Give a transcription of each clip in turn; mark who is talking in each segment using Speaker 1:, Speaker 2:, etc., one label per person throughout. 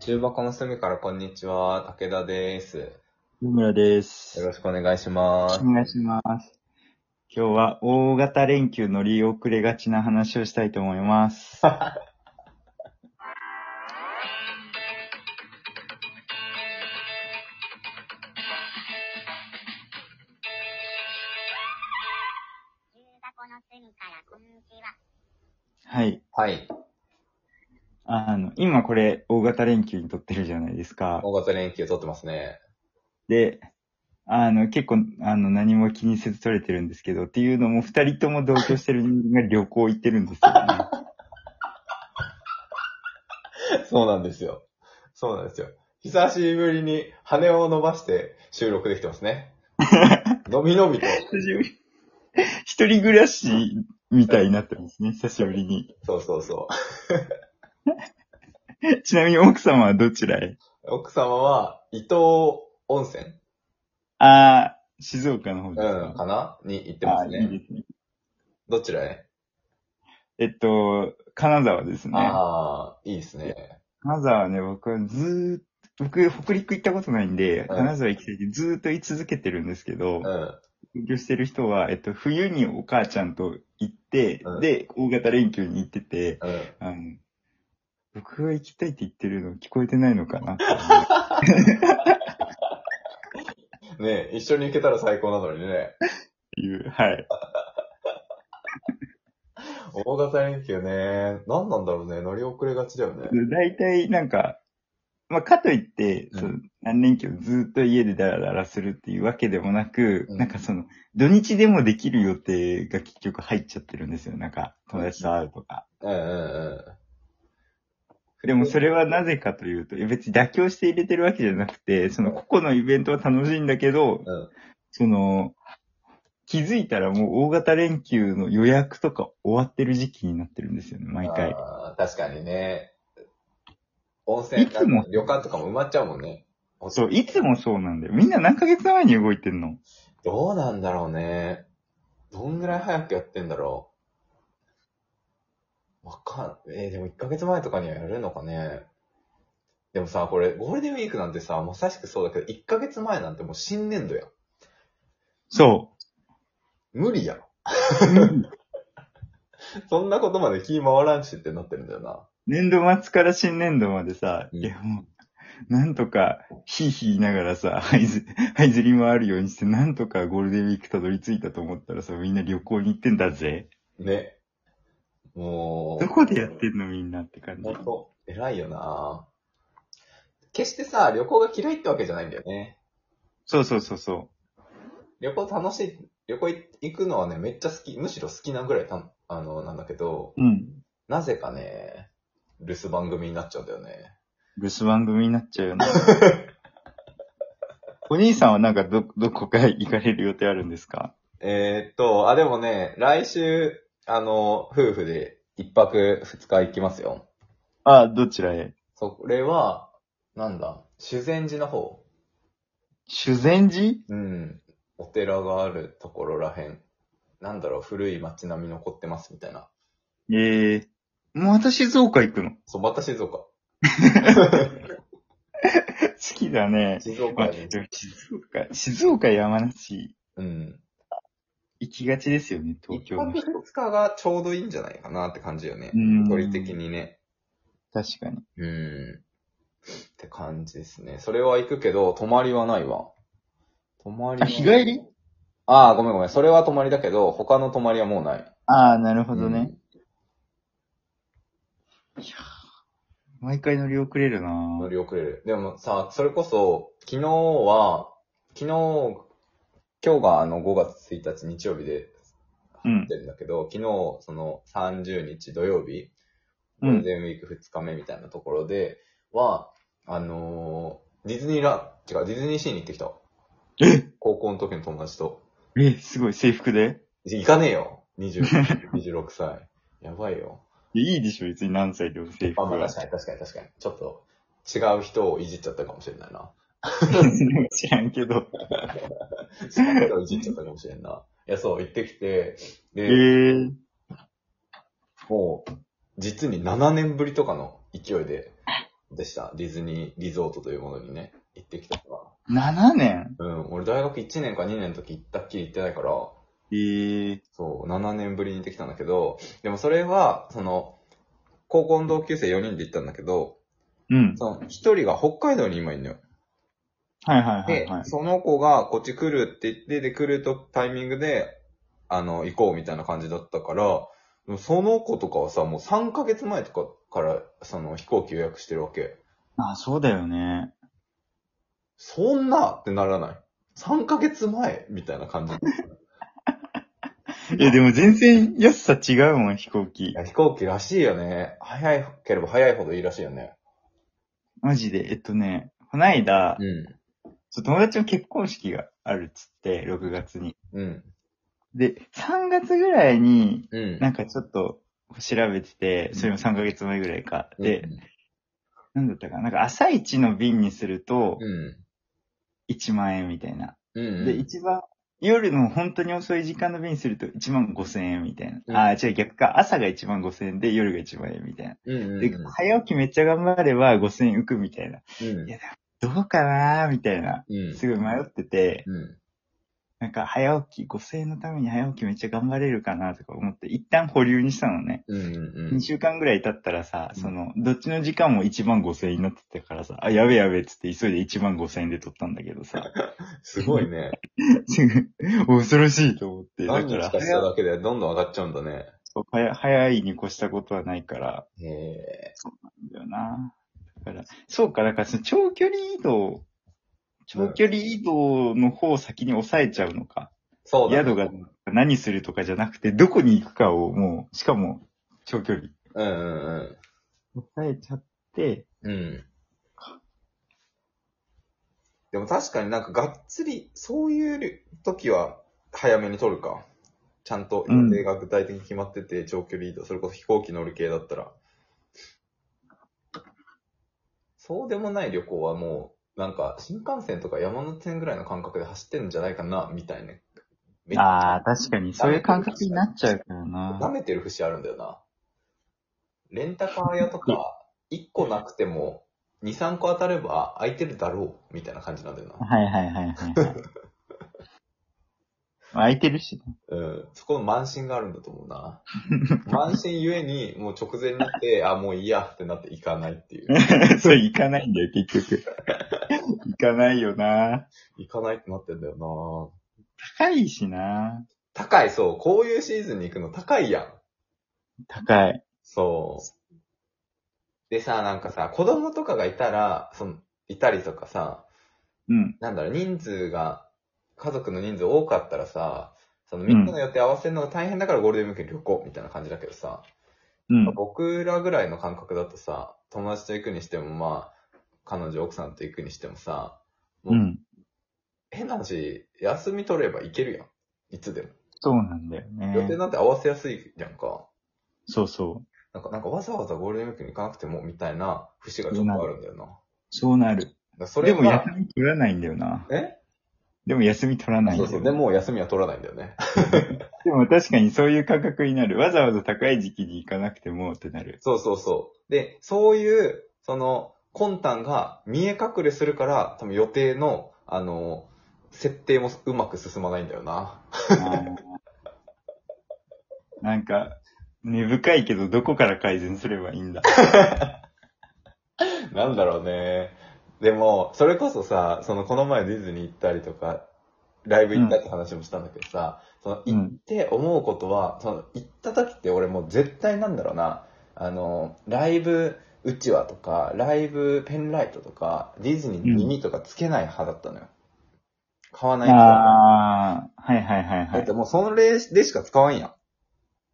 Speaker 1: 中箱娘からこんにちは、武田です。
Speaker 2: 野村です。
Speaker 1: よ
Speaker 2: よ
Speaker 1: ろしくお願いします。
Speaker 2: 願いします。今日は大型連休乗り遅れがちな話をしたいと思 います。
Speaker 3: 中箱の隅からこんにちは。
Speaker 2: はい。
Speaker 1: はい。
Speaker 2: あの、今これ大型連休に撮ってるじゃないですか。
Speaker 1: 大型連休取ってますね。
Speaker 2: で、あの、結構、あの、何も気にせず撮れてるんですけど、っていうのも二人とも同居してる人間が旅行行ってるんですよね。
Speaker 1: そうなんですよ。そうなんですよ。久しぶりに羽を伸ばして収録できてますね。 のびのびと。
Speaker 2: 久しぶり。一人暮らしみたいになってますね、久しぶ りに。
Speaker 1: そうそうそ
Speaker 2: ちなみに奥様はどちらへ
Speaker 1: う。奥様は伊東温泉
Speaker 2: あー、静岡の方ですか、
Speaker 1: うん、かなに行ってます
Speaker 2: あーいい
Speaker 1: ね。
Speaker 2: ですね。
Speaker 1: どちらへ
Speaker 2: えっと、金沢ですね。
Speaker 1: ああ、いいですね。
Speaker 2: 金沢はね、僕はずーっと、僕、北陸行ったことないんで、
Speaker 1: うん
Speaker 2: 金沢行きたいってずーっと言い続けてるんですけど、
Speaker 1: うん。
Speaker 2: 勉強してる人は、えっと、冬にお母ちゃんと行って、
Speaker 1: うん
Speaker 2: で、大型連休に行ってて、
Speaker 1: うん。
Speaker 2: あの、僕が行きたいって言ってるの聞こえてないのかな
Speaker 1: ねえ一緒に行けたら最高なのにね。
Speaker 2: っていう、 はい。
Speaker 1: 大型連休ね。何なんだろうね。乗り遅れがちだよね。
Speaker 2: 大体、なんか、まあ、かといって、
Speaker 1: うん
Speaker 2: その何連休ずーっと家でダラダラするっていうわけでもなく、
Speaker 1: うん
Speaker 2: なんかその、土日でもできる予定が結局入っちゃってるんですよ。なんか、友達と会うとか。
Speaker 1: うんうんうん。
Speaker 2: でもそ
Speaker 1: れ、
Speaker 2: れはなぜかというと、いや別に妥協して入れてるわけじゃなくて、その個々のイベントは楽しいんだけど、
Speaker 1: うん
Speaker 2: その、気づいたらもう大型連休の予約とか終わってる時期になってるんですよね、毎回。
Speaker 1: あー。確かにね。温泉、
Speaker 2: いつも
Speaker 1: 旅館とかも埋まっちゃうもんね。
Speaker 2: そう、いつもそうなんだよ。みんな何ヶ月前に動いてんの
Speaker 1: どうなんだろうね。どんぐらい早くやってんだろう。わかん、えーでも1ヶ月前とかにはやるのかね。でもさ、これ、ゴールデンウィークなんてさ、まさしくそうだけど、1ヶ月前なんてもう新年度やん。
Speaker 2: そう。
Speaker 1: 無理やろ。そんなことまで気回らんしってなってるんだよな。
Speaker 2: 年度末から新年度までさ、
Speaker 1: うん
Speaker 2: いやもう、なんとか、ひいひい言いながらさ、はいず、はいずり回るようにして、なんとかゴールデンウィークたどり着いたと思ったらさ、みんな旅行に行ってんだぜ。
Speaker 1: ね。もう。
Speaker 2: どこでやってんのみんなって感じ
Speaker 1: ほ。んと、偉いよな決してさ、旅行が嫌いってわけじゃないんだよね。
Speaker 2: そうそうそうそ
Speaker 1: 旅行楽しい、旅行行くのはね、めっちゃ好き、むしろ好きなぐらいた、あの、なんだけど、
Speaker 2: う。うん。
Speaker 1: なぜかね、留守番組になっちゃうんだよね。
Speaker 2: 留守番組になっちゃう よね。お兄さんはなんかど、どこか行かれる予定あるんですか
Speaker 1: えーっと、あ、でもね、来週、あの、夫婦で一泊二日行きますよ。
Speaker 2: ああ、どちらへ
Speaker 1: それは、なんだ、修善寺の方。
Speaker 2: 修善寺
Speaker 1: うん。お寺があるところらへん。なんだろう、古い街並み残ってますみたいな。
Speaker 2: ええもう私静岡行くの。 好
Speaker 1: そう、また静岡。
Speaker 2: きだね。
Speaker 1: 静岡
Speaker 2: まあ
Speaker 1: や
Speaker 2: で
Speaker 1: ね
Speaker 2: も。静岡、静岡山梨
Speaker 1: うん。
Speaker 2: 行きがちですよね、東
Speaker 1: 一
Speaker 2: 京の
Speaker 1: 泊
Speaker 2: 人。
Speaker 1: 二日がちょうどいいんじゃないかなって感じよね
Speaker 2: う。ん
Speaker 1: 距離的にね。
Speaker 2: 確かに。
Speaker 1: うん。って感じですね。それは行くけど、泊まりはないわ。泊まりは
Speaker 2: あ日帰り
Speaker 1: ああ、ごめんごめん。それは泊まりだけど、他の泊まりはもうない。
Speaker 2: ああ、なるほど
Speaker 1: う
Speaker 2: ね。
Speaker 1: ん
Speaker 2: 毎回乗り遅れるな
Speaker 1: 乗
Speaker 2: ぁ。
Speaker 1: り遅れる。でもさ、それこそ、昨日は、昨日、今日があの5月1日日曜日で
Speaker 2: うん
Speaker 1: っ。てんだけど、昨日、その30日土曜日、ゴ
Speaker 2: うん
Speaker 1: ールデンウィーク2日目みたいなところでは、あのーディズニーラン、違う、ディズニーシーに行ってきた。
Speaker 2: え
Speaker 1: 高校の時の友達と。
Speaker 2: え、すごい、制服で
Speaker 1: 行かねえよ !20、26歳。やばいよ。
Speaker 2: いやいいでしょ、別に何歳でも制服
Speaker 1: まあまあ
Speaker 2: は。
Speaker 1: 確かに確かに確かに。ちょっと違う人をいじっちゃったかもしれないな。
Speaker 2: 知らんけど。
Speaker 1: 違う人をいじっちゃったかもしれんな。いや、そう、行ってきて、
Speaker 2: え
Speaker 1: で、
Speaker 2: ー、
Speaker 1: もう、実に7年ぶりとかの勢いで、でした。ディズニーリゾートというものにね、行ってきたのは。
Speaker 2: 7年
Speaker 1: うん、俺大学1年か2年の時行ったっきり行ってないから、
Speaker 2: えー、
Speaker 1: そう、7年ぶりに行ってきたんだけど、でもそれは、その、高校の同級生4人で行ったんだけど、
Speaker 2: うん。
Speaker 1: その、1人が北海道に今いるのよ。
Speaker 2: はいはいはい
Speaker 1: で、
Speaker 2: はい。
Speaker 1: その子がこっち来るって言って、で、来るとタイミングで、あの、行こうみたいな感じだったから、もうその子とかはさ、もう3ヶ月前とかから、その飛行機予約してるわけ。
Speaker 2: あ、そうだよね。
Speaker 1: そんなってならない。3ヶ月前みたいな感 じ。
Speaker 2: いや、でも全然安さ違うもん、飛行
Speaker 1: い
Speaker 2: 機。
Speaker 1: や飛行機らしいよね。早いければ早いほどいいらしいよね。
Speaker 2: マジで。えっとね、こないだ、
Speaker 1: う
Speaker 2: ちょ友達の結婚式があるっつって、6月に。
Speaker 1: ん。うん。
Speaker 2: で、3月ぐらいに、
Speaker 1: うん。
Speaker 2: なんかちょっと調べてて、それも3ヶ月前ぐらいか。で、なんだったかな、なんか朝一の便にすると、
Speaker 1: うん、
Speaker 2: 1万円みたいな。
Speaker 1: うん。うん。
Speaker 2: で、一番、夜の本当に遅い時間の便にすると1万5千円みたいな。
Speaker 1: うん
Speaker 2: ああ、違う、逆か。朝が1万5千円で夜が1万円みたいな。
Speaker 1: うんうんうん。
Speaker 2: で、早起きめっちゃ頑張れば5千円浮くみたいな。
Speaker 1: うん
Speaker 2: いやどうかなーみたいな。
Speaker 1: うん。
Speaker 2: すごい迷ってて、
Speaker 1: うん。
Speaker 2: なんか早起き、5000円のために早起きめっちゃ頑張れるかなとか思って、一旦保留にしたのね。
Speaker 1: うんうんうん
Speaker 2: 2。週間ぐらい経ったらさ、
Speaker 1: うん
Speaker 2: その、どっちの時間も1万5000円になってたからさ、あ、やべやべっつって急いで1万5000円で取ったんだけどさ、
Speaker 1: すごいね。
Speaker 2: すぐ恐ろしいと思って、 だ
Speaker 1: 何
Speaker 2: か
Speaker 1: 日
Speaker 2: ら
Speaker 1: かしただけでどんどん上がっちゃうんだね。
Speaker 2: 早、早いに越したことはないから、
Speaker 1: へえ。
Speaker 2: だよな。だから、そうか、だからその長距離移動、長距離移動の方を先に抑えちゃうのか。
Speaker 1: そうだ、ね。
Speaker 2: 宿が何するとかじゃなくて、どこに行くかをもう、しかも、長距離。
Speaker 1: うんうん
Speaker 2: 抑えちゃって、
Speaker 1: うん。うん。でも確かになんかがっつり、そういう時は早めに取るか。ちゃんと予定が具体的に決まってて、長距離移動、それこそ飛行機乗る系だったら。そうでもない旅行はもう、なんか新幹線とか山手線ぐらいの感覚で走ってるんじゃないかな、みたいな。めっち
Speaker 2: あ
Speaker 1: ゃ
Speaker 2: あ、確かに、そういう感覚になっちゃうから
Speaker 1: 舐
Speaker 2: な。
Speaker 1: めてる節あるんだよな。レンタカー屋とか、1個なくても、2、3個当たれば空いてるだろう、みたいな感じなんだよな。
Speaker 2: はいはいはいはい、はい。空いてるしね。
Speaker 1: うん。そこの慢心があるんだと思うな。慢心ゆえに、もう直前になって、あ、もういいやってなって行かないっていう。
Speaker 2: それ行かないんだよ、結局。 行かないよな。
Speaker 1: 行かないってなってんだよな。
Speaker 2: 高いしな。
Speaker 1: 高い、そう。こういうシーズンに行くの高いやん。
Speaker 2: 高い。
Speaker 1: そう。でさ、なんかさ、子供とかがいたら、その、いたりとかさ、
Speaker 2: うん。
Speaker 1: なんだろう、人数が、家族の人数多かったらさ、そのみんなの予定合わせるのが大変だからゴールデンウィークに旅行みたいな感じだけどさ、
Speaker 2: うん。
Speaker 1: 僕らぐらいの感覚だとさ、友達と行くにしてもまあ、彼女、奥さんと行くにしてもさ、も
Speaker 2: う。
Speaker 1: うん変な話、休み取れば行けるやん。いつでも。
Speaker 2: そうなんだよ
Speaker 1: 予定
Speaker 2: ね。
Speaker 1: なんて合わせやすいやんか。
Speaker 2: そうそう。
Speaker 1: なんか、なんかわざわざゴールデンウィークに行かなくてもみたいな節がちょっとあるんだよな。だか
Speaker 2: そうなる。
Speaker 1: らそれ
Speaker 2: でも
Speaker 1: が
Speaker 2: 休、み取らないんだよな。
Speaker 1: え
Speaker 2: でも休み取らないん
Speaker 1: そう
Speaker 2: だ
Speaker 1: そう。
Speaker 2: よ
Speaker 1: で、もう休みは取らないんだよね。
Speaker 2: でも確かにそういう感覚になる。わざわざ高い時期に行かなくてもってなる。
Speaker 1: そうそうそう。で、そういう、その、魂胆が見え隠れするから、多分予定の、あの、設定もうまく進まないんだよな。
Speaker 2: あーなんか、根深いけどどこから改善すればいいんだ。
Speaker 1: なんだろうね。でも、それこそさ、その、この前ディズニー行ったりとか、ライブ行ったって話もしたんだけどさ、その、
Speaker 2: う
Speaker 1: 行っ
Speaker 2: ん。
Speaker 1: て思うことは、その、行った時って俺もう絶対なんだろうな、あの、ライブ、うちわとか、ライブペンライトとか、ディズニーの耳とかつけない派だったのよ。買わない派だったの
Speaker 2: ああ、はいはいはいは
Speaker 1: だって
Speaker 2: い。
Speaker 1: もうそれでしか使わんやん。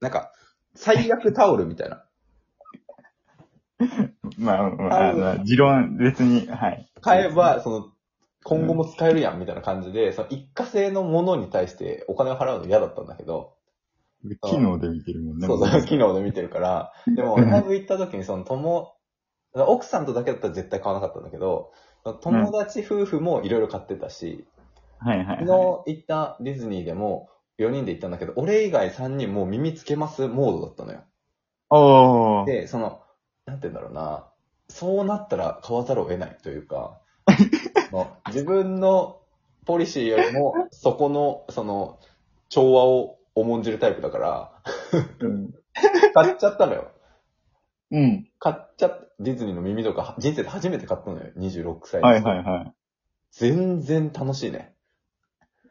Speaker 1: なんか、最悪タオルみたいな。
Speaker 2: まあ、まあ、あの持論、別に、はい。
Speaker 1: 買えば、その、今後も使えるやんみたいな感じで、その一過性のものに対してお金を払うの嫌だったんだけど、
Speaker 2: 機能で見てるもんね。
Speaker 1: そうそう、機能で見てるから、でも
Speaker 2: うん
Speaker 1: ライブ行った時にその友、奥さんとだけだったら絶対買わなかったんだけど、その友達夫婦もいろいろ買ってたし、
Speaker 2: はいはい、
Speaker 1: 昨日
Speaker 2: は
Speaker 1: 行ったディズニーでも4人で行ったんだけど、俺以外3人もう耳つけますモードだったのよ。
Speaker 2: い。おー。
Speaker 1: で、その、なんて言うんだろうな、そうなったら買わざるを得ないという か、まあ自分のポリシーよりも、そこの、その、調和を重んじるタイプだから、
Speaker 2: うん。
Speaker 1: 買っちゃったのよ。
Speaker 2: うん。
Speaker 1: 買っちゃった、ディズニーの耳とか、人生で初めて買ったのよ、26歳の
Speaker 2: はいはいは
Speaker 1: 全然楽しいね。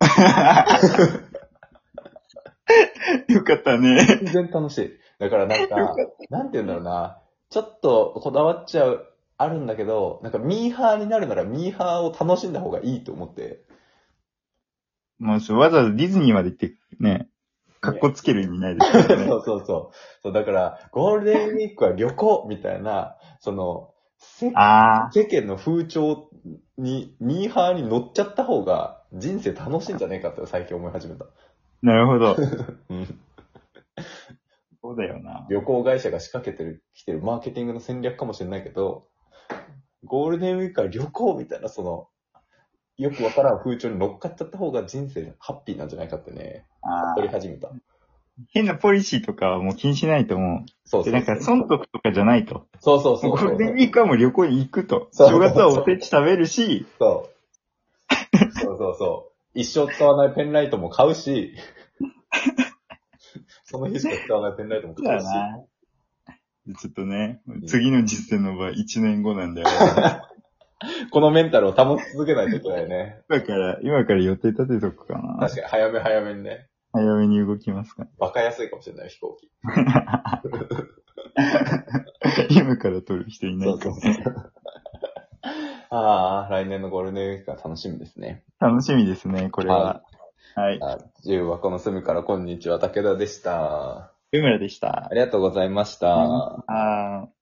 Speaker 2: い。よかったね。
Speaker 1: 全然楽しい。だからなん か、なんて言うんだろうな、ちょっとこだわっちゃう、あるんだけど、なんかミーハーになるならミーハーを楽しんだ方がいいと思って、
Speaker 2: もうそうわざわざディズニーまで行って、ね、格好つける意味ないですからね
Speaker 1: そ。うそうそう。そう、だから、ゴールデンウィークは旅行みたいな、その、世
Speaker 2: ああ、
Speaker 1: 世間の風潮に、ミーハーに乗っちゃった方が、人生楽しいんじゃねえかって最近思い始めた。
Speaker 2: なるほど。
Speaker 1: うん。
Speaker 2: そうだよな。
Speaker 1: 旅行会社が仕掛けてる、来てるマーケティングの戦略かもしれないけど、ゴールデンウィークは旅行みたいな、その、よくわからん風潮に乗っかっちゃった方が人生ハッピーなんじゃないかってね、
Speaker 2: あ
Speaker 1: 取り
Speaker 2: ー
Speaker 1: 始めた。
Speaker 2: 変なポリシーとかはもう気にしないと思
Speaker 1: そう
Speaker 2: う。
Speaker 1: そ
Speaker 2: で、
Speaker 1: う。
Speaker 2: なんか損得とかじゃないと。
Speaker 1: そうそうそ
Speaker 2: もう
Speaker 1: う
Speaker 2: ゴ
Speaker 1: そ
Speaker 2: ールデンウ
Speaker 1: う。
Speaker 2: ィークはもう旅行に行くと。
Speaker 1: そう
Speaker 2: 正月はおせち食べるし、
Speaker 1: そう。そうそうそう。一生使わないペンライトも買う し、その日しか使わないペンライトも買うし。
Speaker 2: ちょっとね、次の実践の場合、1年後なんだよ。
Speaker 1: このメンタルを保ち続けないといけないね。
Speaker 2: 今から、今から予定立てとくかな
Speaker 1: 確。かに早め早めにね、
Speaker 2: 早めに動きますか。
Speaker 1: バカ安いかもしれない飛行機。
Speaker 2: 今から撮る人いないかも。
Speaker 1: ああ、来年のゴールデンウィークが楽しみですね。
Speaker 2: 楽しみですね、これは。はい。
Speaker 1: あ重箱の隅からこんにちは、武田でした。
Speaker 2: 梅村でした
Speaker 1: あ。りがとうございました。
Speaker 2: あー